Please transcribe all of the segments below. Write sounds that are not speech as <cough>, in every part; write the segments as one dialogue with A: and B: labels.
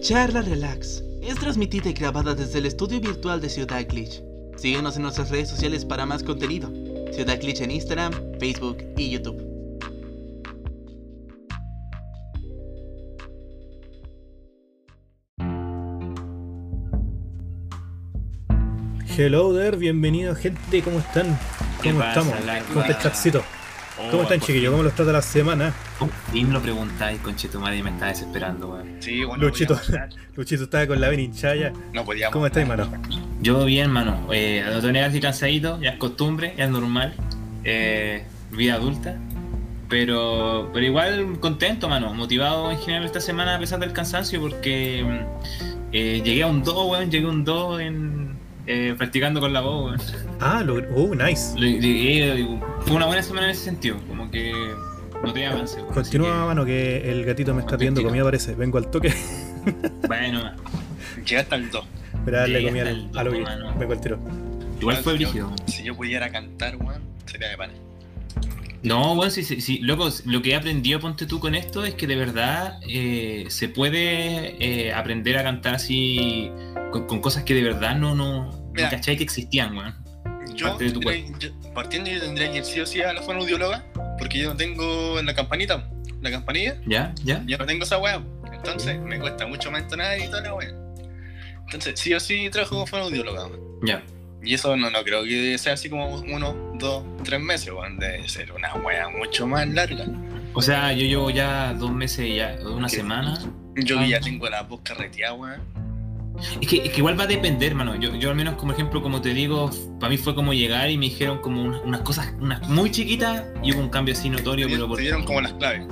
A: Charla Relax es transmitida y grabada desde el estudio virtual de Ciudad Glitch. Síguenos en nuestras redes sociales para más contenido. Ciudad Glitch en Instagram, Facebook y YouTube.
B: Hello there, bienvenido gente, ¿cómo están?
C: ¿Qué
B: ¿Cómo
C: pasa, Oh,
B: estamos?
C: la
B: ¿Cómo está el
C: clara?
B: chatcito? ¿Cómo están chiquillos? ¿Cómo los trata la semana?
C: Ni me lo preguntáis, conchetumare, y me está desesperando, weón.
D: Sí, bueno,
B: Luchito.
D: podíamos hablar.
B: Luchito estaba con la ven hinchaya.
D: No podíamos.
B: ¿Cómo estáis,
D: hablar.
B: mano?
C: Yo bien, mano. Eh, no tenía así cansadito, ya es costumbre, ya es normal. Eh, vida adulta. Pero, pero igual contento, mano. Motivado en general esta semana a pesar del cansancio porque mm, eh, llegué a un 2, weón. Llegué a un 2 en, eh, practicando con la voz, weón.
B: Ah, lo, oh, nice.
C: Le- llegué, digo, fue una buena semana en ese sentido. Como que no tenía avance, weón. así
B: Continúa, mano, que el gatito me está pidiendo
C: Gatito.
B: comida, parece. Vengo al toque. <laughs>
C: que, Bueno,
D: Llegaste al 2.
B: Verá, darle
C: Sí,
B: comida
C: está
B: al,
C: el
B: al
C: loco,
B: Obi.
C: mano.
B: Vengo al tiro.
C: igual fue brígido.
D: Si yo pudiera cantar, weón, sería de pana.
C: No, bueno, sí, sí, sí, loco, lo que he aprendido, ponte tú con esto, es que de verdad eh, se puede eh, aprender a cantar así con, con cosas que de verdad no, no, no
D: Mira.
C: cachai que existían, weón.
D: Yo,
C: Parte de tu
D: tendría- yo- partiendo, yo tendría que ir sí o sí a la fonoaudióloga, porque yo no tengo la campanita, la campanilla,
C: ¿Ya? ¿Ya?
D: yo no tengo esa weá. Entonces, me cuesta mucho más entonar y toda la weá. Entonces, sí o sí trabajo con fonoaudióloga, weón.
C: Ya.
D: Y eso no, no creo que sea así como uno, dos, tres meses, weón. Debe ser una weá mucho más larga.
C: O sea, yo llevo ya dos meses, ya una
D: ¿Qué?
C: semana.
D: Yo
C: Ah.
D: que ya tengo la voz carreteada, weón.
C: Es que, es que igual va a depender, mano. Yo, yo al menos, como ejemplo, como te digo, para mí fue como llegar y me dijeron como unas, unas cosas unas muy chiquitas y hubo un cambio así notorio, pero por...
D: Te dieron como las claves.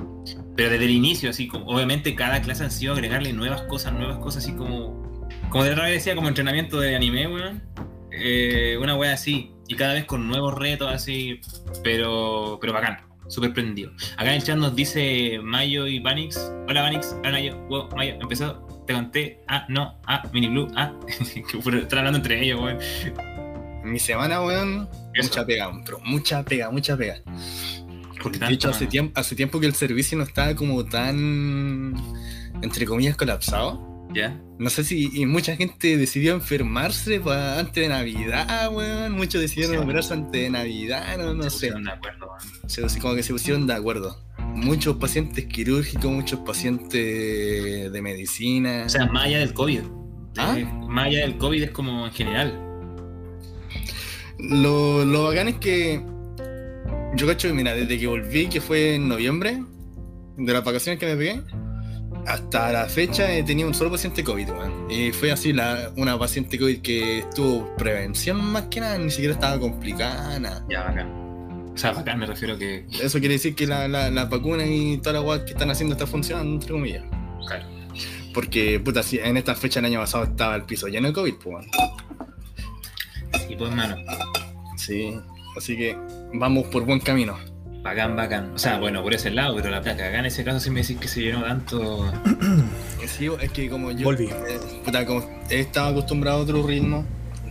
C: Pero desde el inicio, así como, obviamente cada clase han sido agregarle nuevas cosas, nuevas cosas, así como, como de otra vez decía, como entrenamiento de anime, weón. Eh, una wea así, y cada vez con nuevos retos, así, pero, pero bacán, súper prendido. Acá en el chat nos dice Mayo y Vanix, hola Vanix, hola yo, wow, Mayo, empezó, te conté, ah, no, ah, Mini Blue, ah, <laughs> que fueron- están hablando entre ellos, weón.
D: Mi semana, weón,
C: Eso.
D: mucha pega, pero mucha pega, mucha pega.
C: Porque
D: de hecho,
C: tanto,
D: hace
C: mano.
D: tiempo, hace tiempo que el servicio no estaba como tan, entre comillas, colapsado.
C: ¿Ya?
D: No sé si y mucha gente decidió enfermarse pa- antes de Navidad, weón. Muchos decidieron
C: Sí.
D: operarse antes de Navidad, no, no
C: Se
D: sé.
C: pusieron De acuerdo, weón.
D: Se- así como que se pusieron de acuerdo. Muchos pacientes quirúrgicos, muchos pacientes de medicina.
C: O sea, más allá del COVID.
D: ¿Ah?
C: Eh, Más allá del COVID es como en general.
D: Lo, lo bacán es que yo cacho que, mira, desde que volví, que fue en noviembre, de las vacaciones que me pegué, hasta la fecha he tenido un solo paciente COVID, weón. Y fue así la, una paciente COVID que estuvo prevención más que nada, ni siquiera estaba complicada, nada.
C: Ya, bacán. O sea, bacán me refiero que
D: Eso quiere decir que la, la, las vacunas y toda la guay que están haciendo está funcionando, entre comillas.
C: Claro.
D: Porque, puta, si en esta fecha el año pasado estaba el piso lleno de COVID, pues, weón.
C: Y pues, mano,
D: Sí. Así que vamos por buen camino.
C: bacán, bacán. O sea, bueno, por ese lado, pero la placa. Acá en ese caso sí me decís que se llenó tanto.
D: Sí, es que como yo
B: Volví.
D: eh, puta, como he estado acostumbrado a otro ritmo,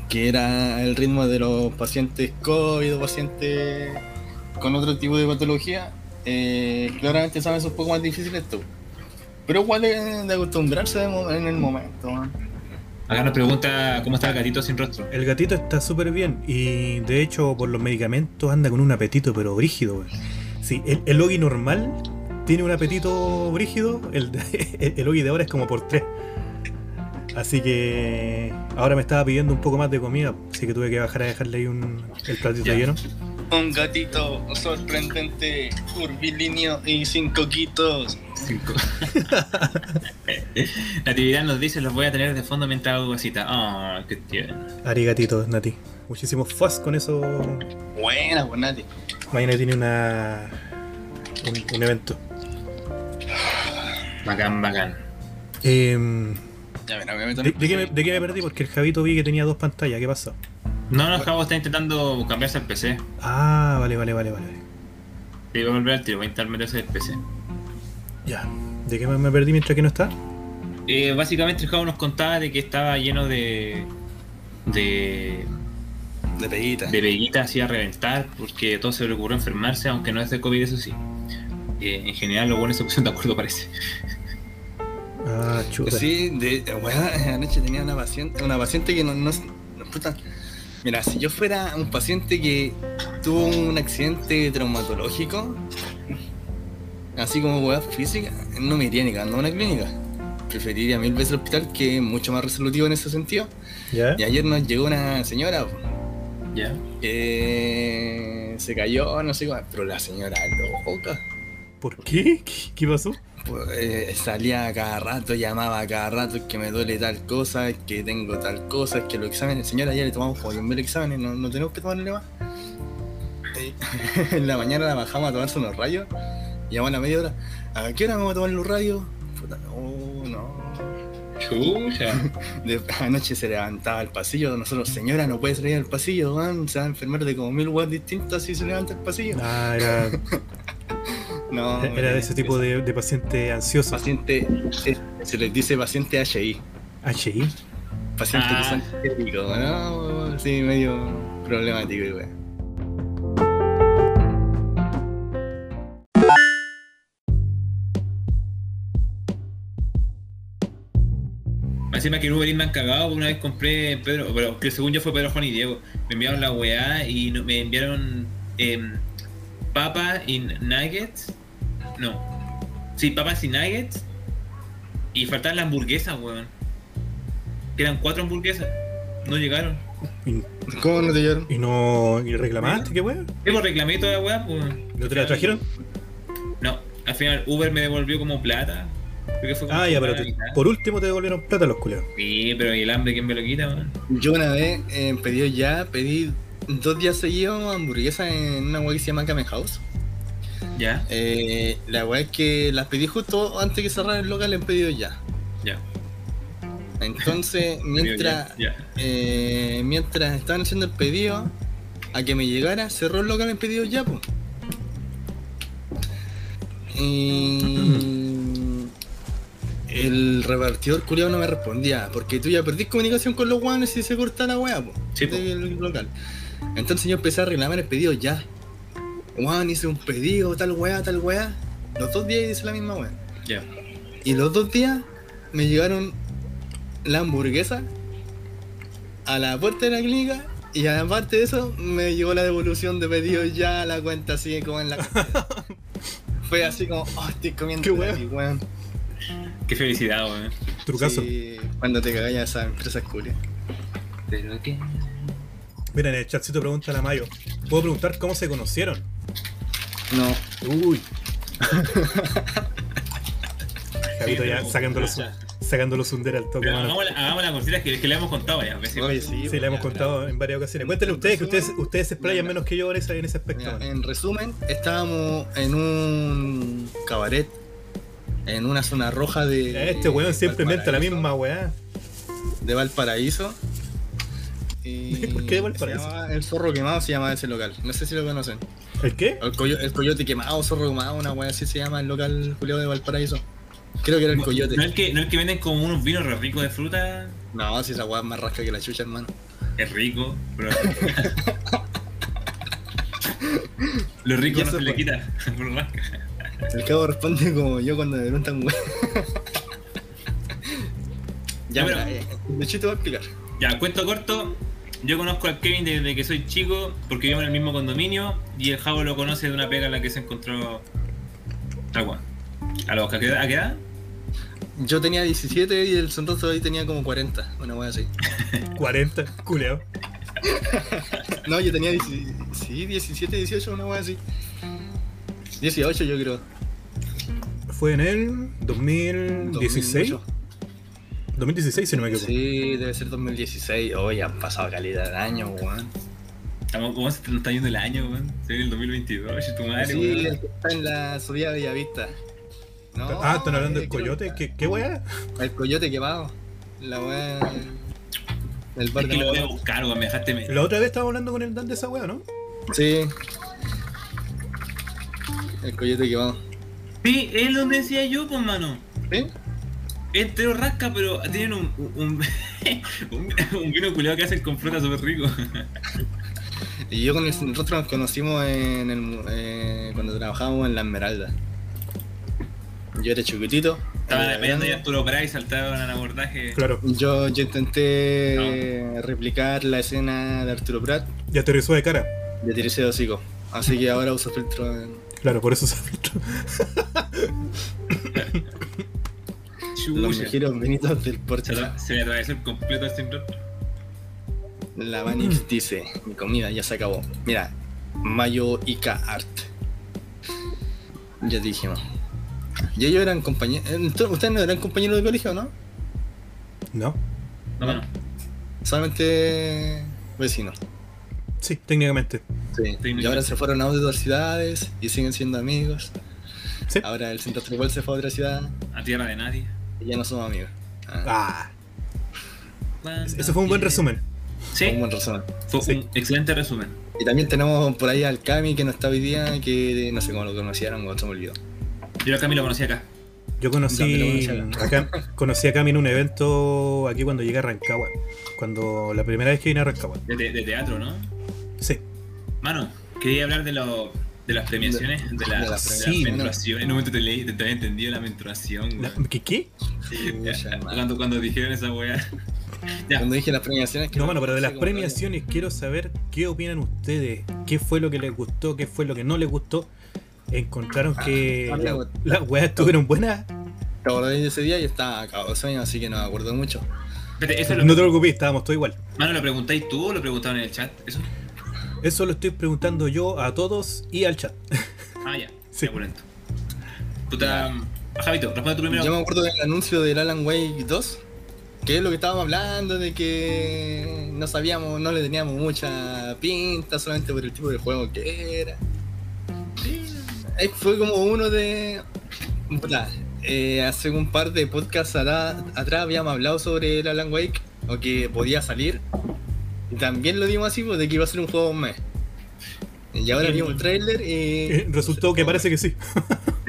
D: que era el ritmo de los pacientes COVID o pacientes con otro tipo de patología, eh, claramente sabes es un poco más difícil esto. Pero igual es de acostumbrarse de mo- en el momento. ¿no?
C: Acá nos pregunta cómo está el gatito sin rostro.
B: El gatito está súper bien y de hecho por los medicamentos anda con un apetito pero brígido. güey. Sí, el, el Ogi normal tiene un apetito brígido, el, de- <laughs> el, el Ogi de ahora es como por tres. Así que ahora me estaba pidiendo un poco más de comida, así que tuve que bajar a dejarle ahí un, el platito
C: Ya.
B: lleno.
D: Un gatito sorprendente, curvilíneo y sin coquitos.
C: Cinco. <laughs> Natividad nos dice, los voy a tener de fondo mientras hago cosita. Oh, qué tierno.
B: Ari gatito, Nati. Muchísimo fuas con eso.
D: Buena, buenate.
B: Mañana tiene una un- un evento.
C: Bacán, bacán.
B: Em,
D: Ya, mira, me meto en
B: ¿De,
D: el-
B: de qué me, de qué me perdí? Porque el Javito vi que tenía dos pantallas, ¿qué pasó?
C: No, no, Javo está intentando cambiarse al PC.
B: Ah, vale, vale, vale, vale.
C: Te voy a volver al tiro, voy a intentar meterse al PC.
B: Ya. ¿De qué más me perdí mientras que no está?
C: Eh, básicamente, Javo nos contaba de que estaba lleno de. de.
D: de peguita.
C: de Veguita así a reventar porque todo se le ocurrió enfermarse, aunque <laughs> no es de COVID, eso sí. Eh, en general, los buenos se pusieron de acuerdo, parece.
B: Ah, chuta.
D: Sí, de, weón, anoche tenía una paciente, una paciente que no, no, no- puta. Mira, si yo fuera un paciente que tuvo un accidente traumatológico, así como weá física, no me iría ni cagando a una clínica. Preferiría mil veces el hospital, que es mucho más resolutivo en ese sentido.
B: ¿Ya?
D: Y ayer nos llegó una señora
C: Ya.
D: que se cayó, no sé cómo, pero la señora loca.
B: ¿Por qué? ¿Qué, qué pasó?
D: Pues, eh, salía cada rato, llamaba cada rato que me duele tal cosa, que tengo tal cosa, que los exámenes, señora, ya le tomamos como 10.000 exámenes, no, no tenemos que tomarle más. Eh, <laughs> en la mañana la bajamos a tomarse unos rayos, y a la media hora, ¿a qué hora vamos a tomar los rayos? Puta, no, no.
C: Chucha.
D: De- anoche se levantaba al pasillo, nosotros, señora, no puede salir al pasillo, weón, se va a enfermar de como mil weas distintas si se levanta al pasillo.
B: Ah, era,
D: No, eh,
B: era de ese tipo de, de paciente ansioso.
D: Paciente, eh, se les dice paciente HI.
B: HI.
D: paciente que
C: Ah.
D: son típicos, ¿no? Sí, medio problemático, y weón.
C: Encima que en Uber Eats me han cagado, una vez compré Pedro, pero que según yo fue Pedro Juan y Diego. Me enviaron la weá y no- me enviaron em, papas y nuggets. No. Sí, papas y nuggets. Y faltaban las hamburguesas, weón. Que eran cuatro hamburguesas. No llegaron.
B: ¿Y,
D: ¿Cómo no te llegaron?
B: y no y reclamaste? ¿Qué weón?
C: Sí, pues reclamé toda la weá, weón.
B: ¿No te la trajeron?
C: No. Al final Uber me devolvió como plata. Creo que fue como
B: Ah, ya, pero
C: la
B: te-
C: mitad.
B: por último te devolvieron plata los culeros.
C: Sí, pero ¿y el hambre quién me lo quita, weón?
D: Yo una vez eh, pedí ya, pedí dos días seguidos hamburguesas en una weá que se llama Kamen House.
C: Ya,
D: Eh, la weá es que las pedí justo antes que cerrar el local en pedido ya.
C: ya. <laughs>
D: Entonces, mientras,
C: Ya.
D: eh, mientras estaban haciendo el pedido, a que me llegara, cerró el local en pedido ya, po. Y el repartidor culiado no me respondía, porque tú ya perdís comunicación con los guanes y se corta la wea, po,
C: Sí, po.
D: del local. Entonces yo empecé a reclamar el pedido ya. Juan hice un pedido, tal wea, tal wea. Los dos días hice la misma wea.
C: Ya. ya.
D: Y los dos días me llegaron la hamburguesa a la puerta de la clínica y aparte de eso me llegó la devolución de pedido ya a la cuenta así como en la cartera.
B: <laughs>
D: Fue así como, oh, estoy comiendo
B: Qué
D: gratis, weón.
C: Qué felicidad, weón.
B: Trucazo.
D: Sí, cuando te cagáis a esas empresas culias.
C: Pero qué.
B: Mira, en el chatcito preguntan a Mayo. ¿Puedo preguntar cómo se conocieron?
D: No,
B: Uy. Javito ya
C: pero-
B: sacando los,
C: Ya.
B: sacando los under al toque,
C: Pero
B: mano.
C: hagamos la, hagamos la cortita que, que le hemos contado varias veces.
D: oye, sí.
B: Sí, la hemos
D: ya,
B: contado en varias ocasiones. Cuéntenle ustedes que ustedes, ustedes se explayan menos que yo en ese, en ese aspecto.
D: Mira,
B: mano.
D: en resumen, estábamos en un cabaret, en una zona roja de.
B: Este weón siempre inventa la
D: Valparaíso.
B: misma weá.
D: de Valparaíso. Y
B: <laughs> ¿Por qué de Valparaíso?
D: se llamaba el zorro quemado se llama ese local. No sé si lo conocen.
B: ¿El qué?
D: O El, coyo- el coyote quemado, zorro quemado, una wea así se llama el local Julio de Valparaíso. Creo que era el coyote.
C: No es que, no el que venden como unos vinos re ricos de fruta.
D: No, si esa wea es más rasca que la chucha, hermano.
C: Es rico,
D: <laughs>
C: pero. Lo rico
D: Y
C: no
D: eso
C: se le
D: fue.
C: quita. <laughs> Por rasca.
D: El cabo responde como yo cuando me preguntan <laughs> wea. ya,
C: Ya, pero-
D: mira, eh, Luchito va a explicar.
C: Ya, cuento corto. Yo conozco al Kevin desde que soy chico, porque vivo en el mismo condominio. Y el Javo lo conoce de una pega en la que se encontró. Tal cual. ¿A los que a qué edad- a qué edad?
D: Yo tenía 17 y el sonroso ahí tenía como 40, una wea así.
B: 40, culeo.
D: No, yo tenía 17, sí, 17, 18, una wea así. 18 yo creo.
B: Fue en el 2016.
D: 2008.
B: 2016, si no me equivoco.
D: Sí, debe ser 2016. Hoy han pasado calidad de años, weón.
C: Estamos, ¿Cómo se nos está yendo el año, weón? Se viene el 2022, oye, tu madre,
D: Sí,
C: weón.
D: el que está en la subida de Villavista. No,
B: ah, están hablando
D: eh,
B: del
D: creo
B: coyote.
D: que-
B: ¿Qué, qué weá?
D: El coyote quemado. La weá. El bar
C: Es que
D: de
C: lo voy a
D: Mago.
C: buscar, weón, me dejaste medio.
B: La otra vez estábamos hablando con el Dan de esa weá, ¿no?
D: Sí. El coyote quemado.
C: Sí, es donde decía yo, pues, mano.
D: ¿Sí?
C: Entero rasca, pero tienen un, un, <laughs> un, un vino culiado que hacen con fruta súper rico.
D: Y yo con el, nosotros nos conocimos en el, mu- eh, cuando trabajábamos en la Esmeralda. Yo era chiquitito.
C: Estaban apoyando ya Arturo Prat y saltaron al abordaje.
B: Claro,
D: Yo, yo intenté replicar la escena de Arturo Prat
B: ya aterrizó de cara.
D: y aterricé de hocico. Así que ahora uso filtro en-
B: Claro, por eso se filtró.
D: los
C: Chucha.
D: mejeros venidos del
C: Se,
D: porche.
C: lo- se me atravesó el completo este implante.
D: La Vanix dice, mi comida ya se acabó. Mira, Mayo Ica Art. Ya dijimos. Y ellos eran compañeros. Ustedes no eran compañeros de colegio, ¿no?
B: ¿No?
C: No, bueno,
D: Solamente vecinos.
B: Sí, técnicamente.
D: Sí. Y ahora se fueron a otras ciudades y siguen siendo amigos.
B: Sí.
D: Ahora el centro tribal se fue a otra ciudad
C: a tierra de nadie.
D: y ya no somos amigos. Ah,
B: Ah, eso fue un buen resumen.
D: con
C: Sí,
D: buen razón.
C: fue
B: Sí.
C: un excelente resumen.
D: Y también tenemos por ahí al Cami que no está hoy día, que no sé cómo lo conocieron, o se me olvidó.
C: Yo acá me lo conocí acá.
B: Yo
D: Dame
B: conocí,
D: la buena
B: a Cam- conocí a Cami en un evento aquí cuando llegué a Rancagua. Cuando la primera vez que vine a Rancagua.
C: De, te- de teatro, ¿no?
B: Sí.
C: Mano, quería hablar de, lo- de las premiaciones, de, la,
D: de las
C: de la
B: premiaciones.
C: menstruación. En un momento te leí, te, te había entendido la menstruación, güey.
B: La- ¿Qué? qué?
C: Sí, ya,
D: Chucha, man.
C: cuando, cuando dijeron esa weá. Ya.
D: Cuando dije las premiaciones... que
B: No, bueno, pero de
D: sé
B: las
D: cómo lo digo.
B: premiaciones quiero saber qué opinan ustedes. ¿Qué fue lo que les gustó? ¿Qué fue lo que no les gustó? Encontraron que
D: Ah,
B: la-
D: bueno.
B: las weas estuvieron buenas.
D: Te acordé de ese día y estaba acabado de sueño, así que no me acuerdo mucho.
C: Espérate, eso lo,
B: No te preocupes, estábamos todos igual.
C: Mano, ¿lo preguntáis tú o lo preguntaron en el chat? Eso.
B: Eso lo estoy preguntando yo a todos y al chat.
C: Ah, ya.
B: Sí.
C: Sí. por lento. Puta. um, Javito, responde tú primero.
D: Yo me acuerdo del anuncio del Alan Wake 2, que es lo que estábamos hablando, de que no sabíamos, no le teníamos mucha pinta solamente por el tipo de juego que era. Eh, Fue como uno de... puta, eh, hace un par de podcasts ara- atrás habíamos hablado sobre el Alan Wake, o que podía salir. Y también lo dimos así, pues, de que iba a ser un juego de un mes. Y ahora vimos el trailer y...
B: Eh, <laughs> Resultó que parece que sí.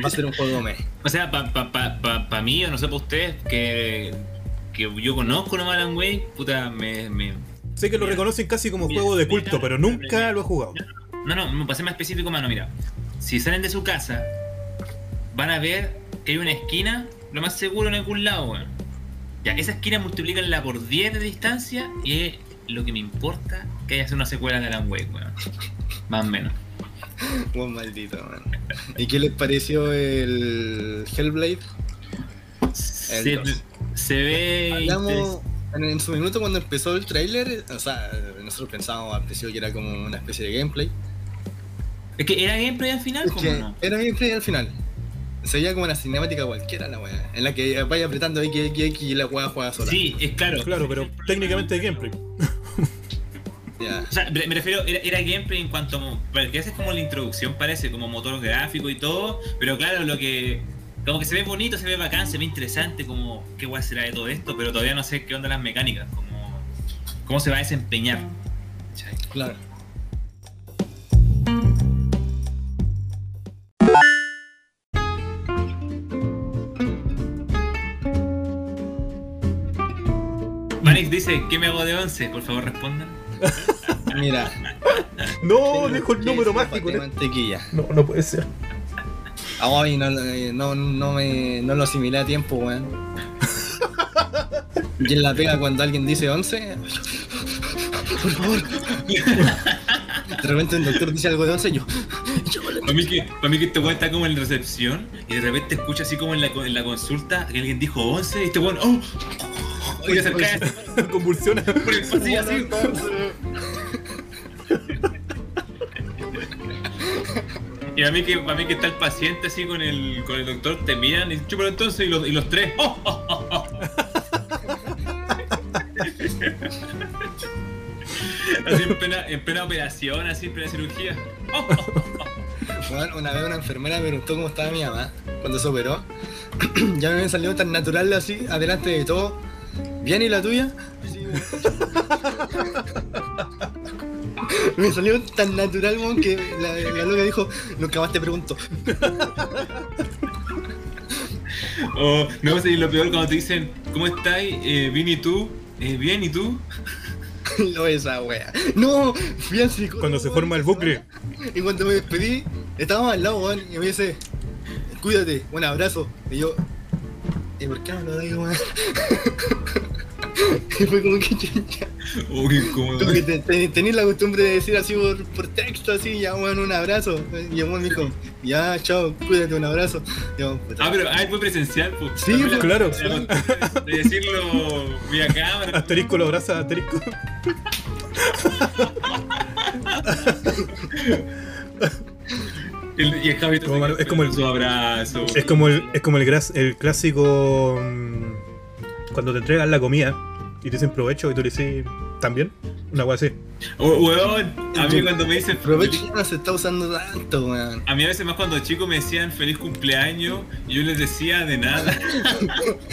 D: Va a ser un juego de un mes.
C: O sea, para pa, pa, pa, pa mí, o no sé para ustedes, que, que yo conozco nomás a Alan Wake, puta, me, me-
B: Sé que lo reconocen casi como
C: Mira,
B: juego de
C: mira,
B: culto, pero
C: mira,
B: nunca
C: mira.
B: lo he jugado.
C: No, no, me pasé más específico, mano, mira. Si salen de su casa, van a ver que hay una esquina, lo más seguro en algún lado, weón. Ya, esa esquina multiplícanla por 10 de distancia y es lo que me importa que haya sido una secuela de Alan Wake, weón. Más o menos.
D: Buen Oh, maldito, man. ¿Y qué les pareció el Hellblade?
C: Se,
D: dos.
C: se ve...
D: Hablamos
C: interes-
D: en, en su minuto cuando empezó el tráiler, o sea, nosotros pensábamos al principio que era como una especie de gameplay.
C: Es que era gameplay al final,
D: Es
C: Ah, como
D: que
C: no.
D: era gameplay al final. Se veía como una cinemática cualquiera la weá, en la que vaya apretando X, X, X y la weá juega sola.
C: Sí, es claro.
B: Claro, pero técnicamente es gameplay.
D: Ya.
C: O sea, me me refiero, era, era gameplay en cuanto a. Porque esa es como la introducción, parece, como motor gráfico y todo. Pero claro, lo que. Como que se ve bonito, se ve bacán, se ve interesante, como qué guay será de todo esto, pero todavía no sé qué onda las mecánicas, como. cómo se va a desempeñar. ¿cachai?
D: Claro.
C: Manix dice, ¿qué me hago de 11? Por favor, respondan.
D: Mira.
B: No, dejo Oh, el
D: ¿qué
B: número
D: es la
B: mágico.
D: de
B: ¿no?
D: mantequilla.
B: No, no puede ser.
D: Ay, no, eh, no, no, me, no lo asimilé a tiempo, weón. Y en la pega cuando alguien dice 11, por favor. De repente el doctor dice algo de 11 y yo,
C: Para mí, que, para mí que este weón está como en recepción y de repente escucha así como en la, en la consulta que alguien dijo 11 y este weón, ¡oh! Y se acerca así
B: <laughs> Convulsiona.
C: por el pasillo así. Y a mí que, a mí que está el paciente así con el, con el doctor, te miran y chúpalo entonces y los, y los tres. ¡oh, oh, oh, oh! así en plena, en plena operación, así en plena cirugía. ¡Oh, oh, oh!
D: Weón, una vez una enfermera me preguntó cómo estaba mi mamá cuando se operó. <clears throat> ya me salió tan natural así, adelante de todo. ¿Bien y la tuya? <laughs> Así, weón. me salió tan natural, weón, que la, la loca dijo, nunca más te pregunto.
C: O no sé, y lo peor cuando te dicen, ¿cómo estás? Eh, bien y tú. Eh, bien y tú.
D: No esa wea. No, fui al psicólogo.
B: Cuando se
D: weón,
B: forma el
D: esta
B: bucle.
D: semana, Y cuando me despedí, estábamos al lado, weón, y me dice, cuídate, un abrazo. Y yo, ¿y por qué me lo digo, weón? <laughs> y fue como que chucha.
C: Oh, qué incómodo.
D: Como que te- te- tenés la costumbre de decir así por, por texto, así, ya, weón, un abrazo. Y el weón me dijo, ya, chao, cuídate, un abrazo. Y yo, puta.
C: Ah, pero ah, fue presencial, pues.
D: Sí,
C: También
D: pues,
C: la-
B: claro.
C: la costumbre De decirlo vía cámara.
B: Asterisco lo abraza, asterisco.
C: El- y el Javi te
B: Como Manu- es como el-
C: su abrazo.
B: Es como el, es como el, gras- el clásico. mm, Cuando te entregan la comida y te dicen provecho y tú le dices también. Una wea así.
C: Oh, weón, a mí cuando me dicen
D: Aprovecha, ya no se está usando tanto, weón.
C: A mí a veces más cuando chicos me decían feliz cumpleaños y yo les decía de nada.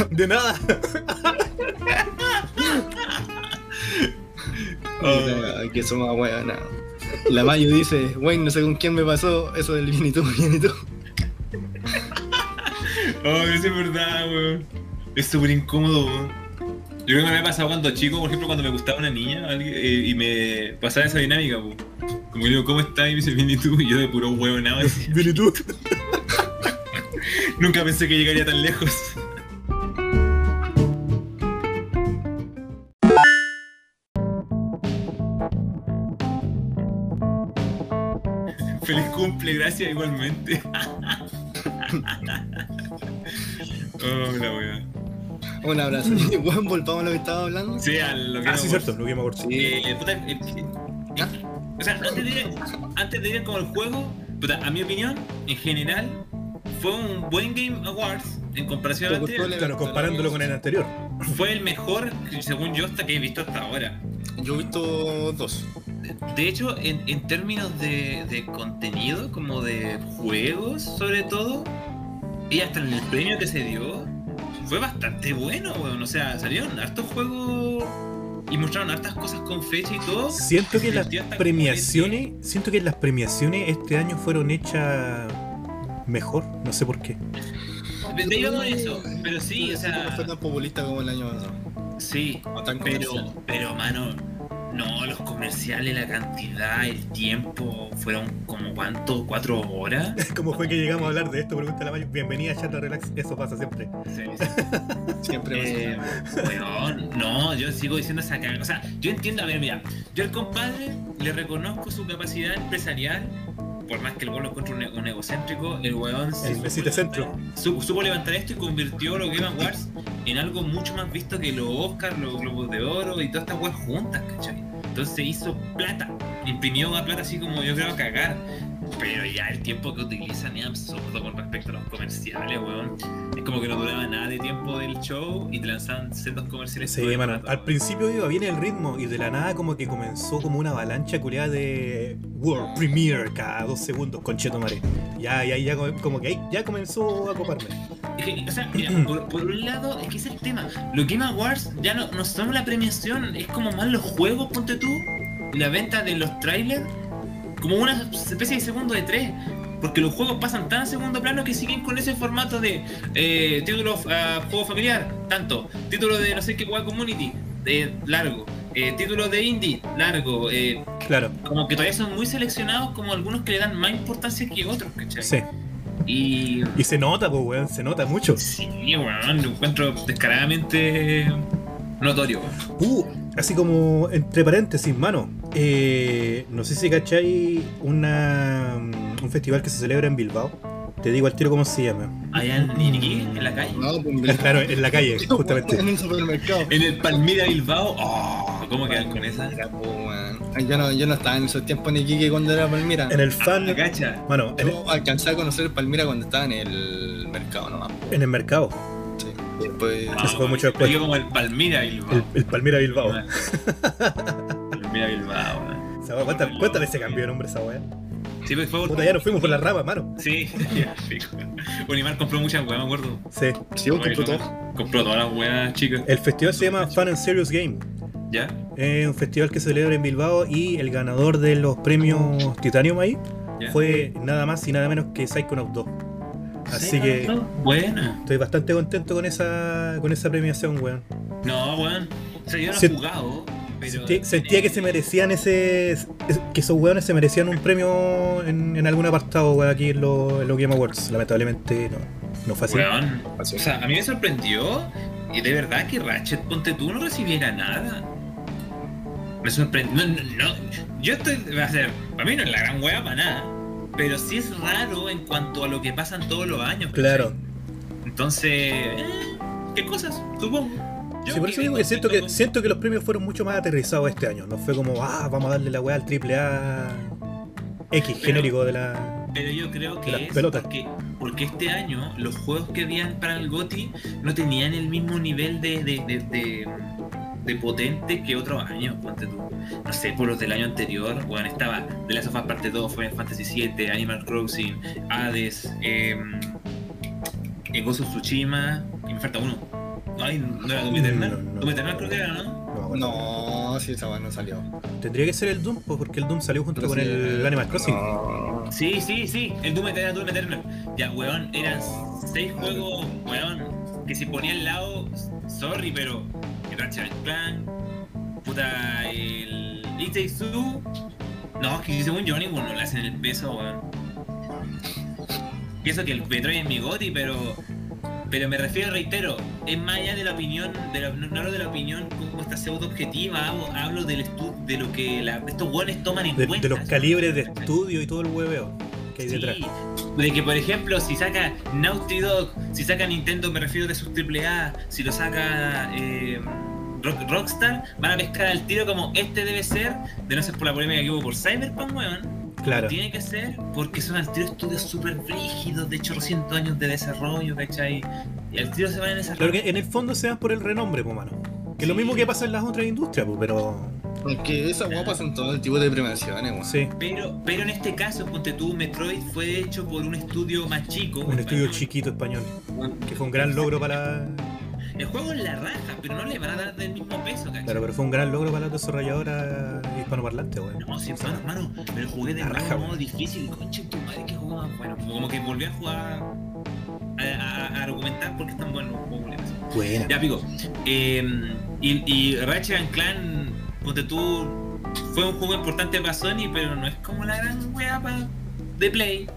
B: De nada.
C: Oh,
D: Puta, Que somos weón, La Mayo dice, weón, no sé con quién me pasó, eso del bien y tú, bien y tú.
C: oh, eso es verdad, weón. Es súper incómodo, weón. Yo creo que me había pasado cuando chico, por ejemplo, cuando me gustaba una niña alguien, eh, y me pasaba esa dinámica, po. Como que le digo, ¿cómo estás? Y me dice, bien, ¿y tú? Y yo de puro huevo nada.
B: <laughs> Bien, ¿y tú?
C: <laughs> Nunca pensé que llegaría tan lejos. <laughs> Feliz cumple, gracias igualmente. <laughs> oh, la wea. <laughs>
D: Un abrazo. <laughs> Weón, volvamos a lo que estaba hablando.
C: Sí, a lo que
B: Ah, sí,
C: íbamos.
B: cierto, lo que me acuerdo.
C: Eh, puta, eh, eh,
D: ¿Ya?
C: o sea, antes de, ir, antes de ir con el juego, puta, a mi opinión, en general, fue un buen Game Awards en comparación
D: Te
C: a
D: gustó
C: anterior.
B: Claro, comparándolo con el anterior.
C: Fue el mejor, según yo, hasta que he visto hasta ahora.
D: Yo he visto dos.
C: De hecho, en, en términos de, de contenido, como de juegos, sobre todo, y hasta en el premio que se dio, fue bastante bueno, weón. O sea, salieron hartos juegos y mostraron hartas cosas con fecha y todo.
B: Siento que
C: El
B: las
C: tío está
B: premiaciones, siento que las premiaciones este año fueron hechas mejor, no sé por qué.
C: De de ahí vamos a eso, pero sí, o
D: No
C: sea,
D: fue tan populista como el año pasado.
C: sí,
D: O tan
C: pero,
D: comercial.
C: pero, mano, no, los comerciales, la cantidad, el tiempo, fueron como cuánto, cuatro horas.
B: <laughs> ¿Cómo fue que llegamos a hablar de esto? Pregunta la Mayo. Bienvenida a Charla Relax, eso pasa siempre.
C: Sí,
D: Siempre
C: Eh,
D: pasa.
C: weón, no, yo sigo diciendo esa cagada. O sea, yo entiendo, a ver, mira, yo al compadre le reconozco su capacidad empresarial, por más que el weón lo encuentre un, ne- un egocéntrico, el weón se
B: El
C: supo
B: Mesite
C: levantar-
B: Centro.
C: su- supo levantar esto y convirtió los Game Awards en algo mucho más visto que los Oscars, los Globos de Oro y todas estas weas juntas, ¿cachai? Entonces hizo plata, imprimió la plata así como yo creo a cagar. Pero ya el tiempo que utilizan es absurdo con respecto a los comerciales, weón. Es como que no duraba nada de tiempo del show y te lanzaban sendos comerciales. todo
B: Sí,
C: el
B: mano.
C: rato,
B: Al
C: weón.
B: principio iba bien el ritmo y de la nada como que comenzó como una avalancha culiada de World Premiere cada dos segundos, conchetomare. Ya, ya, ya, como- como que ahí ya comenzó a coparme.
C: Es que, o sea, mira, por, por un lado, es que ese es el tema. Los Game Awards ya no, no son la premiación, es como más los juegos, ponte tú, y la venta de los trailers, como una especie de segundo de tres. Porque los juegos pasan tan a segundo plano que siguen con ese formato de eh, título ah, juego familiar, tanto, título de no sé qué juega community, eh, largo, eh, título de indie, largo, eh,
B: Claro,
C: como que todavía son muy seleccionados como algunos que le dan más importancia que otros, ¿cachai?
B: sí.
C: Y
B: Y se nota, pues, weón, se nota mucho.
C: Sí, weón, lo encuentro descaradamente notorio.
B: Uh, así como entre paréntesis, mano. Eh, no sé si cacháis una, mm, un festival que se celebra en Bilbao. Te digo al tiro cómo se llama.
C: Allá en Iriquí, en la calle.
D: No, <laughs> pues, mira.
B: Claro, en la calle, justamente.
D: En un supermercado.
C: En el Palmira Bilbao. Oh, ¿cómo quedan con esa?
D: Mira, po, weón. Yo no, yo no estaba en esos tiempos en Iquique cuando era Palmira.
B: En el
C: Ah,
B: fan.
C: la cacha.
B: Mano, en el,
D: Yo alcancé a conocer Palmira cuando estaba en el mercado nomás. po.
B: en el mercado.
D: Sí. Después.
C: Ah,
B: Eso fue mucho después.
C: Yo como el Palmira Bilbao.
B: El, el Palmira Bilbao.
C: Ah. Palmira Bilbao, weón.
B: Esa weá, ¿Cuántas cuántas veces cambió el nombre esa weá?
C: Sí, pues fue
B: Puta, ya nos fuimos por la rama, mano.
C: Sí, <laughs> ya, fijo. Unimar compró muchas weas, me acuerdo.
B: Sí. pues,
D: Sí, pues, vos compró
C: Oye,
D: todo.
C: Compró todas las weas, chicas.
B: El festival se llama Fun and Serious Game.
C: ¿Ya?
B: Es un festival que se celebra en Bilbao y el ganador de los premios Titanium ahí
C: ¿Ya?
B: fue nada más y nada menos que Psychonaut 2. Así que
C: Buena.
B: estoy bastante contento con esa con esa premiación, weón.
C: No, weón. O sea, yo no he
B: Sent-
C: jugado, pero.
B: Sentí- Sentía que se merecían ese. es- que esos weones se merecían un premio en, en algún apartado, weón, aquí en los en los Game Awards. Lamentablemente no. No fue así.
C: Weón.
D: Así.
C: O sea, a mí me sorprendió y de verdad que Ratchet Ponte tú no recibiera nada. Me sorprendió. No, no, no. Yo estoy. Va a ser. Para mí no es la gran wea para nada. Pero sí es raro en cuanto a lo que pasan todos los años.
B: Claro.
C: Entonces. eh, ¿Qué cosas? Supongo. Yo
B: Sí, por eso
C: quedé
B: digo que siento que,
C: contento
B: siento que los premios fueron mucho más aterrizados este año. No fue como, ah, vamos a darle la weá al triple A X
C: Pero-
B: genérico de la.
C: con- Pero yo creo que
B: Las
C: es
B: pelotas.
C: porque, porque este año los juegos que habían para el GOTI no tenían el mismo nivel de, de, de, de- de potente que otros años, ponte tú. No sé, por los del año anterior, bueno, estaba The Last of Us Parte 2, Final Fantasy 7, Animal Crossing, Hades, eh, eh, Ghost of Tsushima, y me falta uno. Ay, no era Doom Eternal.
B: Mm, No, no.
C: Doom Eternal creo que era, ¿no?
B: No, me acuerdo.
D: No, si esa weá no salió.
B: Tendría que ser el Doom, pues, porque el Doom salió junto
D: Pero
B: con
D: sí,
B: el
D: eh,
B: Animal Crossing.
D: No.
C: Sí, sí, sí, el Doom Eternal, Doom Eternal. Ya, weón, eran seis juegos, weón, que si ponía al lado, sorry, pero el Ratchet Clan, puta, el It Takes Two. No, es que según yo ninguno le hacen el peso, weón. Pienso que el Metroid es mi goti, pero. Pero me refiero, reitero, es más allá de la opinión, de la, no hablo de la opinión como esta pseudo objetiva, hablo, hablo del estu- de lo que la- estos weones toman en
B: De, de
C: cuenta.
B: los calibres de
C: ¿cachai?
B: estudio y todo el hueveo que hay
C: Sí,
B: detrás.
C: De que, por ejemplo, si saca Naughty Dog, si saca Nintendo, me refiero de sus AAA, si lo saca eh, Rock- Rockstar, van a pescar al tiro como este debe ser, de no ser por la polémica que hubo por Cyberpunk, weón.
B: Claro.
C: Tiene que ser porque son al tiro estudios súper rígidos, de 800 años de desarrollo, ¿cachai? Y al tiro se van en esa
B: Claro que en el fondo se van por el renombre, pues, mano. Que es lo
C: Sí.
B: mismo que pasa en las otras industrias, pues, pero.
D: Porque esa weá pasa en todo el tipo de premiaciones, weón.
B: Sí,
C: Pero, pero en este caso, ponte tú, Metroid fue hecho por un estudio más chico.
B: un estudio
C: español.
B: chiquito español. Que fue un gran logro para.
C: El juego es la raja, pero no le van a dar del mismo peso, ¿cachai?
B: Claro, pero fue un gran logro para las desarrolladoras hispanoparlantes, weón.
C: No, sí, hermano, hermano, pero jugué de
B: La raja,
C: raja, modo
B: weón.
C: difícil, concha de tu madre, que juego más bueno. Como que volví a jugar a, a- a argumentar por qué es tan bueno los juegos culiados.
B: Buena.
C: Ya, pico. eh, y, y Ratchet and Clan, ponte tú, fue un juego importante para Sony, pero no es como la gran wea pa- de Play.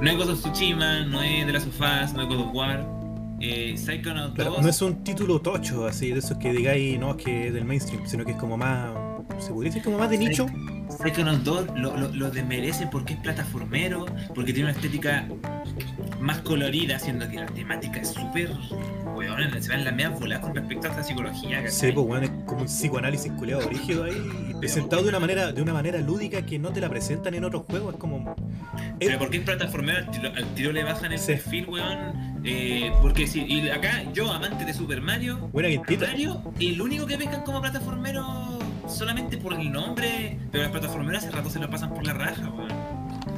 C: No es Ghost of Tsushima, no es The Last of Us, no es God of War. Eh, Psychonauts
B: Claro,
C: 2.
B: no es un título tocho, así, de esos que digáis, no, es que es del mainstream, sino que es como más. ¿Se podría decir como más de nicho?
C: Psychonauts 2 lo, lo, lo desmerece porque es plataformero, porque tiene una estética más colorida, siendo que la temática es súper. Weón, se van las medias voladas con respecto a esta psicología.
B: Sí,
C: ¿cachai?
B: pues weón, es como un psicoanálisis culeado rígido ahí, y presentado de una manera, de una manera lúdica que no te la presentan en otros juegos, es como. es-
C: Pero porque es plataformero, al tiro, al tiro le bajan el
B: Eh. Sí.
C: perfil, weón. eh, porque sí, y acá yo, amante de Super Mario,
B: buena quintita.
C: Mario, el único que pescan como plataformero solamente por el nombre, pero los plataformeros hace rato se lo pasan por la raja, weón.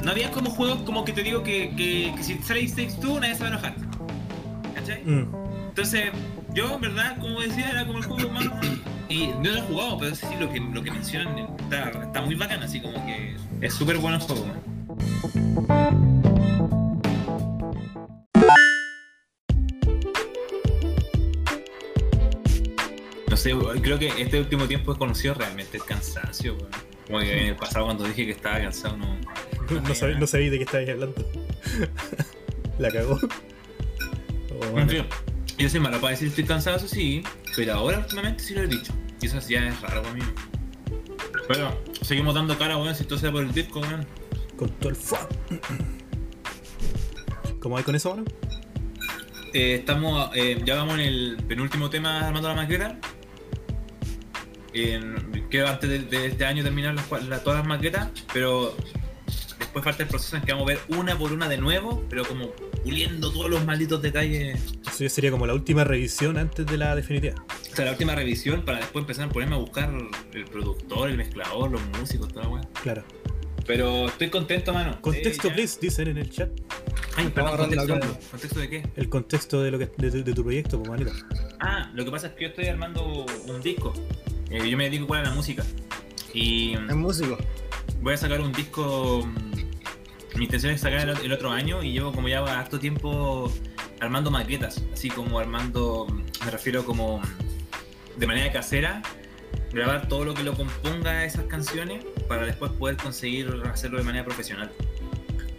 C: No había como juegos como que te digo que, que, que si sale It Takes Two nadie se va a enojar. ¿Cachai?
B: Mm,
C: Entonces, yo en verdad, como decía, era como el juego más. <clears throat> Y no lo he jugado, pero sí lo que, lo que mencionan está, está muy bacán, así como que es súper bueno el juego, weón. No sé, weón, creo que este último tiempo he conocido realmente el cansancio, weón. Como que en el pasado cuando dije que estaba cansado, no.
B: <laughs> No, sabéis no sabí de qué estáis hablando. <laughs> la cagó. Oh,
C: En
B: man.
C: fin, yo soy malo para decir estoy cansado, eso sí, pero ahora últimamente sí lo he dicho. Y eso ya es raro para mí. Pero seguimos dando cara, weón, si todo sea por el disco, weón.
B: Con todo el fuck. ¿Cómo hay con eso, mano?
C: Eh, estamos, eh, ya vamos en el penúltimo tema armando la maqueta. En- Quiero antes de, de este año terminar las cua- la- todas las maquetas, pero después falta el proceso en que vamos a ver una por una de nuevo, pero como puliendo todos los malditos detalles
B: Eso ya sería como la última revisión antes de la definitiva.
C: hasta la última revisión para después empezar a ponerme a buscar el productor, el mezclador, los músicos, toda la weá.
B: Claro.
C: Pero estoy contento, mano.
B: Contexto,
C: Eh, ya-
B: please, dicen en el chat.
C: Ay, perdón,
D: Estamos
C: contexto,
D: hablando
C: ¿Contexto de qué?
B: El contexto de lo que de, tu- de tu proyecto, pues, manito.
C: Ah, lo que pasa es que yo estoy armando un disco. Eh, yo me dedico igual a la música. Y
D: Es músico.
C: voy a sacar un disco. mm, Mi intención es sacar el, el otro año y llevo como ya harto tiempo armando maquetas. Así como armando, mm, me refiero como mm, de manera casera, grabar todo lo que lo componga a esas canciones para después poder conseguir hacerlo de manera profesional.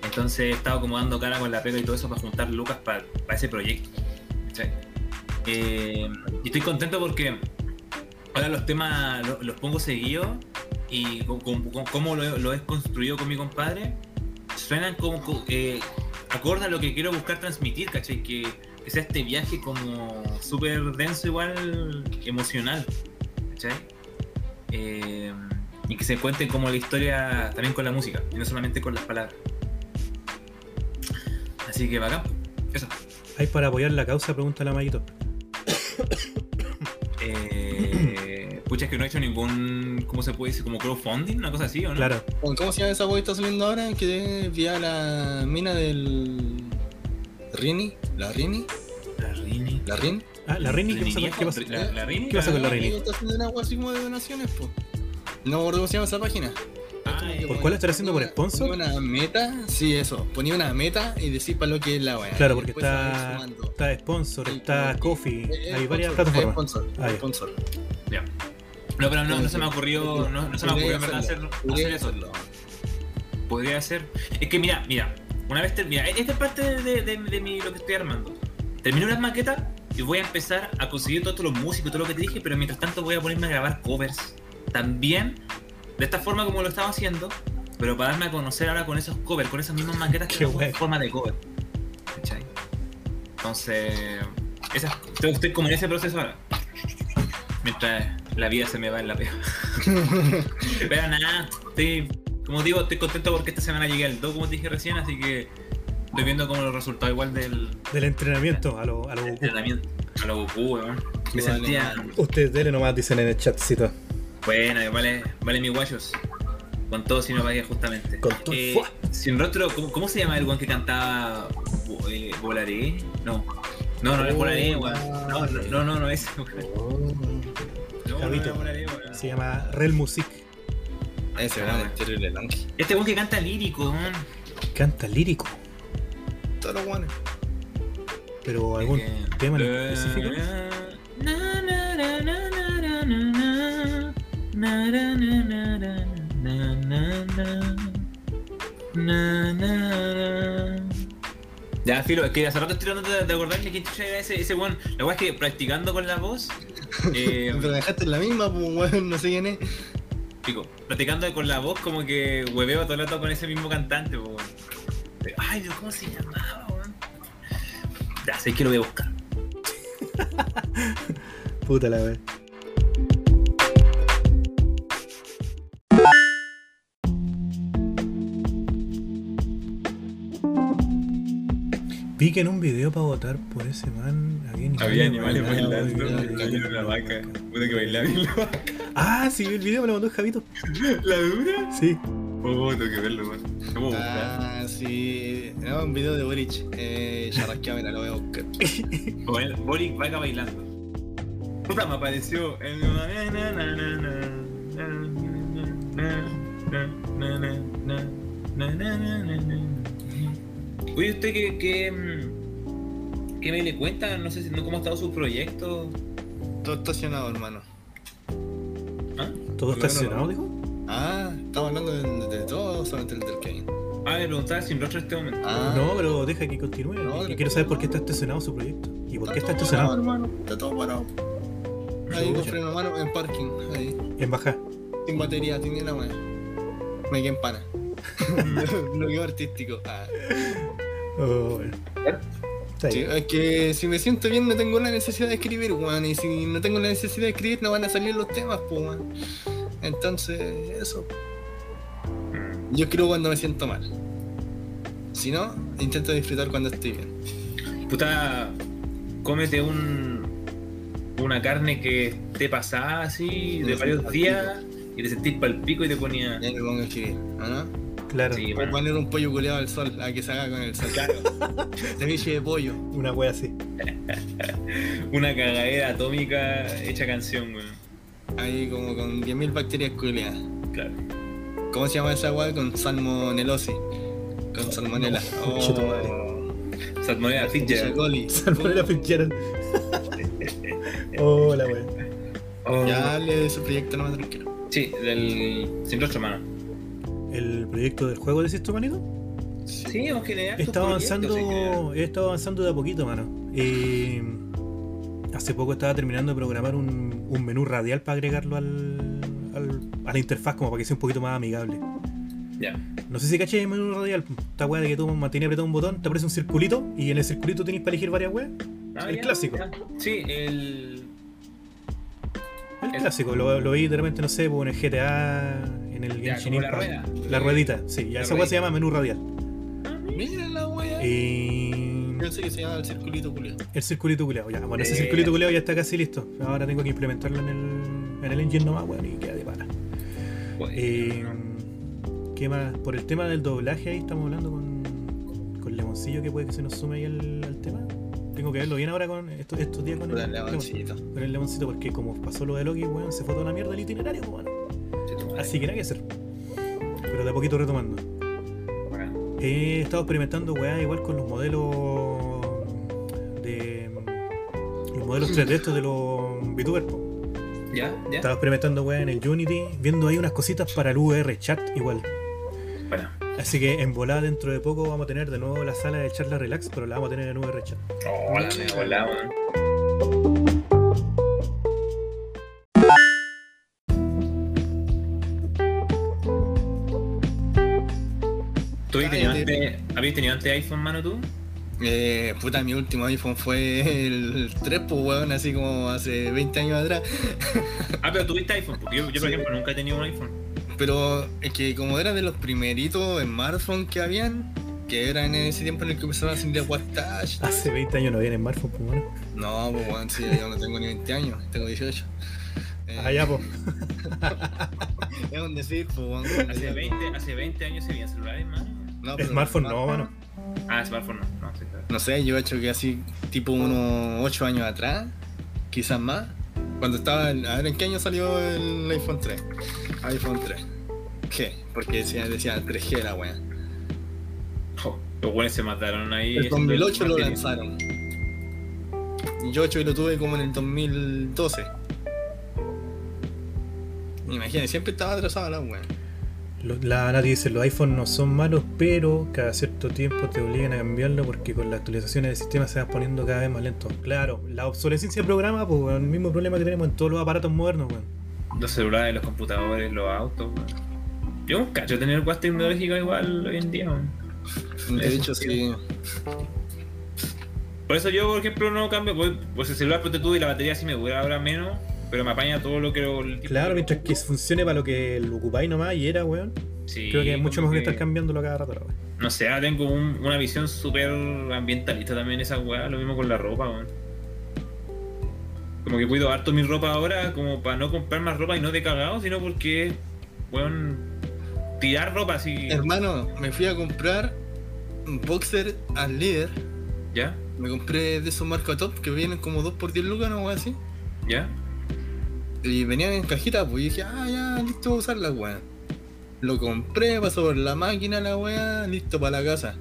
C: Entonces he estado como dando cara con la pega y todo eso para juntar lucas para, para ese proyecto. ¿cachai? Eh, y estoy contento porque ahora los temas lo- los, pongo seguido y con- con- con- cómo lo, lo he construido con mi compadre, suenan como co- eh, acorde a lo que quiero buscar transmitir, ¿cachai? Que, que sea este viaje como súper denso, igual emocional, ¿cachai? Eh, y que se cuente como la historia también con la música, y no solamente con las palabras. Así que bacán. pues. Eso.
B: ¿Hay para apoyar la causa? Pregunta la Maguito.
C: Eh, <clears throat> pucha, es que no he hecho ningún, ¿cómo se puede decir? Como crowdfunding, una cosa así, ¿o no?
B: Claro.
D: Bueno, ¿Cómo se llama esa hueá que está saliendo ahora? Que es vía la mina del. Rini, la Rini,
C: La Rini.
D: la Rin.
B: Ah, la Rini, ¿qué pasa,
C: Rini,
B: ¿Qué pasa?
C: La, la Rini.
B: ¿Qué pasa con la Rini?
D: Está haciendo una hueá así como de donaciones, po. No me acuerdo cómo se llama esa página.
C: Ay,
B: ¿Por cuál la estará haciendo? ¿Por
D: Ponía-
B: sponsor?
D: Ponía una meta, sí, eso. Ponía una meta y decir para lo que es la hueá.
B: Claro,
D: Y
B: porque
D: después se va
B: está,
D: sumando.
B: está Sponsor,
D: Sí,
B: está
D: sí.
B: Coffee,
D: Es- es
B: hay varias
D: sponsor, es
B: plataformas.
D: sponsor, es
B: Ah, ya.
D: sponsor.
C: No, pero no, no se me ocurrió, no, no se me ocurrió en verdad hacer, hacer
D: Podría
C: eso.
D: hacerlo.
C: Podría ser. Es que mira, mira, una vez termina, esta es parte de, de- de mi- lo que estoy armando. Termino las maquetas y voy a empezar a conseguir todos los músicos, todo lo que te dije, pero mientras tanto voy a ponerme a grabar covers. También, de esta forma como lo estaba haciendo, pero para darme a conocer ahora con esos covers, con esas mismas maquetas
B: Qué
C: que son
B: bueno.
C: en forma de cover. ¿Cachai? Entonces, esas- estoy, estoy como en ese proceso ahora. Mientras la vida se me va en
B: <laughs>
C: la pega. Pero nada, estoy, como digo, estoy contento porque esta semana llegué al 2, como te dije recién, así que estoy viendo como los resultados igual del
B: Del entrenamiento a lo, a lo Goku.
C: entrenamiento a lo Goku, weón. Me
D: Vale,
C: sentía
D: vale.
B: Ustedes dele nomás, dicen en el chatcito.
C: buena, vale, vale mis guayos. Con todo si no valía justamente.
B: Con todo,
C: Eh,
B: ¡fua!
C: sin rostro, ¿cómo, cómo se llama el weón que cantaba Vo- eh, Volaré? No. No, no, no es
D: Oh,
C: volaré, weón. No, no, no, no, no es. weón. No, no, no
B: Javito.
C: es volaré, weón.
B: Se llama Real Music.
D: Ese weón es terrible, Lanky.
C: Este weón que canta lírico, weón.
B: Canta lírico,
D: Todos los guanes.
B: pero
C: Eh,
B: algún tema en específico.
C: Ya, Filo, es que hace rato estoy tratando de, de acordarme quién chucha era ese, ese weón. La weá es que practicando con la
B: <laughs>
C: voz, eh,
D: Pero dejaste en la misma, pues weón, no sé quién es.
C: pico, practicando con la voz como que hueveo todo el rato con ese mismo cantante, po, weón. Pero, Ay, Dios, ¿cómo se llamaba, weón? Ya, sé que lo voy a buscar.
B: Puta la vez. Vi que en un video para votar por ese man había animales,
C: Había animales
B: bailando,
C: bailando,
B: había
C: bailando,
B: animales
C: una vaca.
B: bailando.
C: Puta que bailaba bien la vaca.
B: Ah, sí, vi el video me lo mandó el Javito.
C: <laughs> ¿La dura?
B: Sí.
C: Oh, tengo que verlo, man. ¿Cómo buscar?
D: Ah, sí. Era un video de Boric. Eh, ya rasqueaba, mira, lo voy a buscar.
C: Bueno, Boric vaca bailando. Puta, me apareció el. Oye, usted que. que mm, ¿Qué me le cuenta? No sé si, no, cómo ha estado su proyecto.
D: Todo estacionado, hermano.
C: ¿Ah?
B: ¿Todo estacionado, dijo?
D: Ah, estamos hablando de, de todo, solamente el del Kevin.
C: Ah, me preguntaba sin rostro en este momento.
D: Ah,
B: No, pero deja que continúe.
D: No,
B: y quiero saber por qué está estacionado su proyecto. ¿Y por qué está
D: todo
B: estacionado?
D: parado, hermano. Está todo parado. Ahí con
B: Chucha.
D: freno, hermano, en parking. Ahí.
B: En baja.
D: Sin batería, tiene la weá. Me quedé
B: <laughs>
D: en pana. <laughs> Bloqueo artístico. Ah.
B: Oh, bueno. Está
D: ¿Eh? Sí,
B: bien.
D: es que si me siento bien no tengo la necesidad de escribir, weón. Y si no tengo la necesidad de escribir no van a salir los temas, pues, weón. Entonces, eso.
B: Mm.
D: Yo escribo cuando me siento mal. Si no, intento disfrutar cuando estoy bien.
C: Puta, cómete un, una carne que esté pasada así de
D: Sí,
C: varios
D: sí,
C: días y te sentís pal pico y te ponía.
D: Y ahí me pongo a escribir, ¿o ¿no?
B: Claro.
C: Sí,
D: O
C: bueno.
D: poner un pollo culeado al sol, a que se haga con el sol. Claro. Ceviche de pollo.
B: Una wea así.
C: Una cagadera atómica hecha canción, weón.
D: Ahí como con 10.000 bacterias culeadas.
C: Claro.
D: ¿Cómo se llama esa weá? Con salmonelosis. Con salmonela.
B: Conche tu madre.
D: Oh,
C: Salmonella
D: Concha
C: Fitzgerald.
D: coli. <laughs>
B: Salmonella <laughs> Fitzgerald. Hola, wey.
C: Oh,
D: Ya dale de su proyecto nomás tranquilo.
C: Sí, del. Sin rostro, hermano.
B: ¿El proyecto del juego decís tu manito?
C: Sí, aunque le
B: He estado avanzando, he estado avanzando de a poquito, mano. Eh, hace poco estaba terminando de programar un, un menú radial para agregarlo al, al- a la interfaz, como para que sea un poquito más amigable.
C: Ya.
B: No sé si caché el menú radial. Esta weá de que tú mantienes apretado un botón, te aparece un circulito y en el circulito tienes para elegir varias weas.
C: Ah,
B: el
C: ya,
B: clásico.
C: ya. Sí, el.
B: El
C: El-
B: clásico, lo, lo vi de repente, no sé, pues, en el GTA, en el
C: Ya,
B: Genshin
C: como la
B: Impact.
C: rueda.
B: La ruedita, sí, ya
C: La
B: esa weá se
C: ruedita.
B: llama menú radial.
D: Mira la wea.
B: Eh. Y...
D: Yo pensé que se llamaba el circulito culiado.
B: El circulito culeado, ya. Bueno, ese
C: Eh.
B: circulito culeado ya está casi listo. Ahora tengo que implementarlo en el, en el engine nomás, weón, y queda de para. Eh, ¿Qué más? Por el tema del doblaje, ahí estamos hablando con, con Lemoncillo, que puede que se nos sume ahí al, al tema. Tengo que verlo bien ahora con estos, estos días con el,
D: Dale,
B: Lemon-
D: avancito.
B: con el Lemoncito, porque como pasó lo de Loki, weón, se fue toda la mierda el itinerario, weón. Así que nada que hacer. Pero de a poquito retomando. He estado experimentando weá igual con los modelos de. Los modelos 3D estos de los VTubers. po.
C: Ya, ya.
B: Estaba experimentando weá en el Unity, viendo ahí unas cositas para el VR chat igual.
C: Bueno.
B: Así que en volada dentro de poco vamos a tener de nuevo la sala de charla relax, pero la vamos a tener en VR chat.
C: Hola, me volaban. ¿Tú habías tenido,
D: Cállate.
C: antes, habías tenido antes iPhone, mano, tú?
D: Eh, puta, mi último iPhone fue el 3, pues weón, así como hace 20 años atrás.
C: Ah, pero tuviste iPhone, porque yo, yo por
D: Sí.
C: ejemplo, nunca he tenido un iPhone.
D: Pero es que como era de los primeritos smartphones que habían, que era en ese tiempo en el que empezaron a salir a WhatsApp.
B: Hace 20 años no viene en smartphone, pues bueno.
D: No, pues weón, sí, yo no tengo ni 20 años, tengo 18. Eh,
B: Allá, pues.
D: Es un decir, pues weón.
C: Hace 20, hace 20 años se veían celulares, mano.
D: No, pero-
B: Smartphone no, mano.
C: Ah, smartphone no. No, sí, claro.
D: No sé, yo he hecho que así, tipo unos 8 años atrás, quizás más. Cuando estaba. el- A ver, ¿en qué año salió el iPhone 3? iPhone 3. ¿Qué? Porque decía, decía 3G la wea.
C: Jo, los güeyes se mataron ahí.
D: Oh. El 2008 lo
C: lanzó.
D: lanzaron. Y Yo hecho que lo tuve como en el 2012. Imagínate, siempre estaba atrasado la wea.
B: Lo- La Nati dice, los iPhones no son malos, pero cada cierto tiempo te obligan a cambiarlo porque con las actualizaciones del sistema se van poniendo cada vez más lentos. Claro, la obsolescencia del programa, pues el mismo problema que tenemos en todos los aparatos modernos, weón.
C: Los celulares, los computadores, los autos, weón. Yo un cacho tener guas tecnológico igual hoy en día, weón.
D: De
C: Eso
D: hecho, sí.
C: sí. Por eso yo, por ejemplo, no cambio, pues, pues el celular ponte tú y la batería sí me dura ahora menos, pero me apaña todo lo que... el tipo-
B: Claro, mientras que funcione para lo que lo ocupáis nomás y era, weón.
C: Sí,
B: Creo que es mucho
C: como
B: mejor que estar cambiándolo cada rato, la weón.
C: No sé, ahora tengo un- una visión súper ambientalista también esa weá, lo mismo con la ropa, weón. Como que cuido harto mi ropa ahora, como para no comprar más ropa y no de cagado, sino porque, weón, tirar ropa así...
D: Hermano, me fui a comprar un boxer al líder.
C: ¿Ya?
D: Me compré de esos marca top que vienen como 2 por 10 lucas o algo así.
C: ¿Ya?
D: Y venían en cajita, pues y dije, ah, ya, listo para usar la weá. Lo compré, pasó por la máquina la weá, listo para la casa.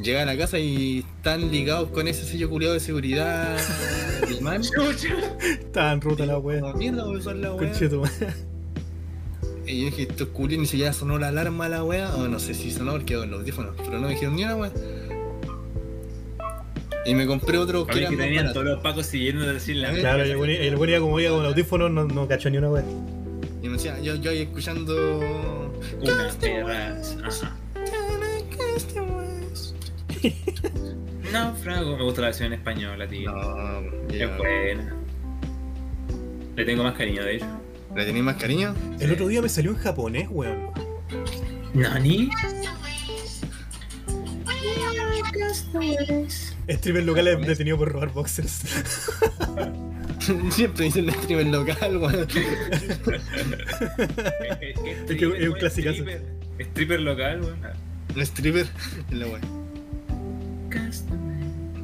D: Llega a la casa y están ligados con ese sello culiado de seguridad. Hermano,
B: Tan rota la weón. <laughs>
D: como mierda voy a usar la weá.
B: Concheto,
D: Y yo dije, estos culiados ni siquiera sonó la alarma la weá, o no sé si sonó porque quedó en los audífonos, pero no me dijeron ni una weá. Y me compré otro
C: A
D: que
C: mí
D: era
C: que
D: más
C: tenían
D: barato.
C: todos los pacos siguiendo a decir la...
B: Claro, y el weón- el weón iba como iba con audífonos, no, no cachó ni una weón.
D: Y me decía, yo, yo ahí escuchando
C: Una perras. Ajá. Náufrago. Me gusta la versión en española, tío.
D: No,
C: es
D: ya.
C: buena. Le tengo más cariño, de hecho.
D: ¿Le tenéis más cariño?
B: El otro día me salió en japonés, weón.
C: ¿Nani?
B: Streamers locales detenido por robar boxers.
D: <laughs>
B: <laughs>
D: Siempre dicen el streamer local, weón.
B: Es que es un clasicazo.
C: Stripper, stripper local, weón.
D: El stripper, la weón.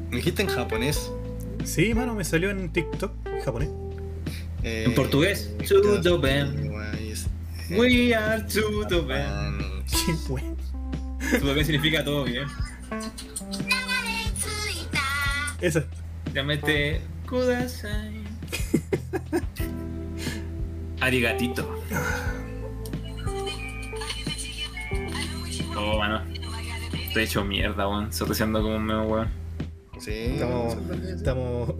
D: Me dijiste en japonés.
B: Sí, mano, me salió en TikTok japonés. <laughs>
D: eh,
C: En portugués. Tudo bem.
D: weón, y es- eh, ah,
C: We are tudo bem.
D: Japan.
B: Sí, weón.
C: Tudo bem significa todo bien.
B: Esa.
C: Llámate Kudasai. Arigatito. Oh, mano. Estoy hecho mierda, weón. Sorreciando como un meo, weón.
D: Sí.
B: Estamos-
D: <laughs> eso es lo que-
B: Estamos.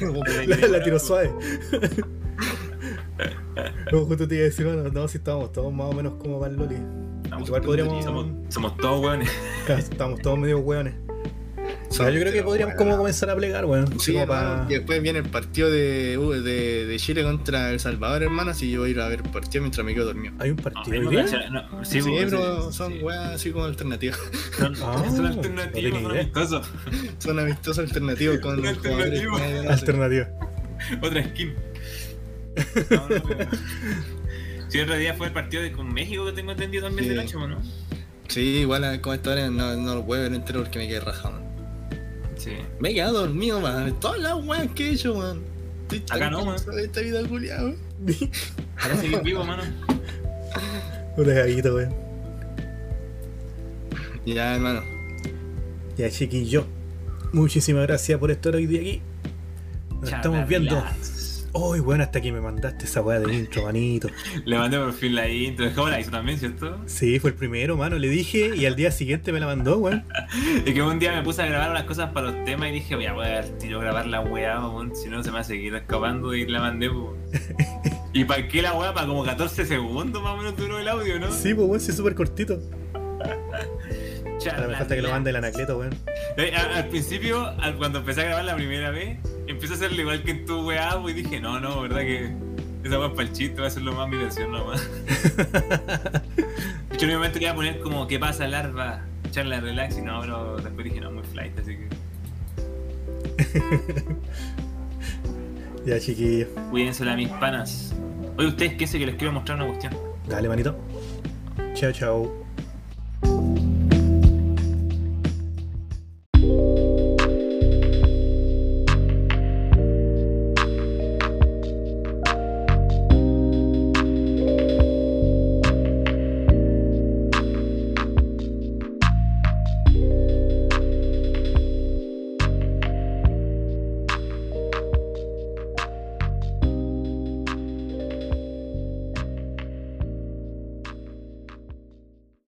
D: Como por
B: <laughs>
D: ahí.
B: la, la tiró suave. <laughs> No, justo te iba a decir, bueno, no, si estábamos todos más o menos como para el Loli.
C: Estamos-
B: Igual podríamos-
C: Somos, somos todos, weón.
B: Claro, Estábamos todos medio hueones. O sea, yo creo que
D: Pero
B: podríamos
D: bueno.
B: como comenzar a plegar, weón.
D: Sí,
B: como
D: hermano,
B: para.
D: y después viene el partido de, uh, de, de Chile contra El Salvador, hermano, así yo voy a ir a ver el partido mientras me quedo dormido.
B: Hay un
C: No,
B: partido hoy
C: tenemos
B: día?
C: que hacer- no,
D: Sí,
C: sí, weón,
D: pero
C: sí,
D: son
C: sí.
D: weas así como alternativas.
B: Ah,
C: Son, son
B: no tenía
C: alternativos, son
B: idea.
C: amistosos.
D: Son amistosos alternativos con
C: Un alternativo.
D: jugadores que nadie conoce.
B: Alternativa.
C: Otra
B: <laughs>
C: skin. No, no, pero- Sí, otro día fue el partido de, con México que tengo entendido también
D: Sí.
C: de la Chamo, ¿no?
D: Sí, igual a- como esta hora no, no lo puedo ver entero porque me quedé rajado. man.
C: Sí.
D: Me he quedado dormido, man. Todas las weas que he hecho, man. Estoy tan
C: Acá no, man.
D: cansado de Esta vida culiada, man.
C: Ahora seguir
B: <laughs>
C: vivo, mano.
B: Una gavita, weón.
D: Ya, hermano.
B: Ya, chiquillo. Muchísimas gracias por estar hoy día aquí. Nos estamos viendo.
C: Charlas.
B: Hoy, weón, hasta que me mandaste esa weá de intro, manito.
C: Le mandé por fin la intro. ¿Cómo la hizo también, cierto?
B: Sí, fue el primero, mano. Le dije y al día siguiente me la mandó, weón.
C: Y que un día me puse a grabar unas cosas para los temas y dije, ya voy a tiro grabar la weá, mamón, si no se me va a seguir escapando y la mandé,
B: <laughs>
C: po. ¿Y para qué la weá? Para como 14 segundos más o menos duró el audio, ¿no?
B: Sí, pues, weón, sí, súper cortito. Ahora me falta que lo mande el anacleto, weón.
C: Eh, a- al principio, al- cuando empecé a grabar la primera vez, empecé a hacerlo igual que en tu weá, po, y dije, no, no, verdad que esa weá es para el chiste, va a hacerlo más mi versión nomás. Yo en mi momento quería poner como, ¿qué pasa, larva? Charla relax, y no, pero después dije, no, muy flight, así que
B: Ya, chiquillo.
C: cuídense a mis panas. Oye, ustedes qué sé que les quiero mostrar una cuestión.
B: Dale, manito. Chao, chao.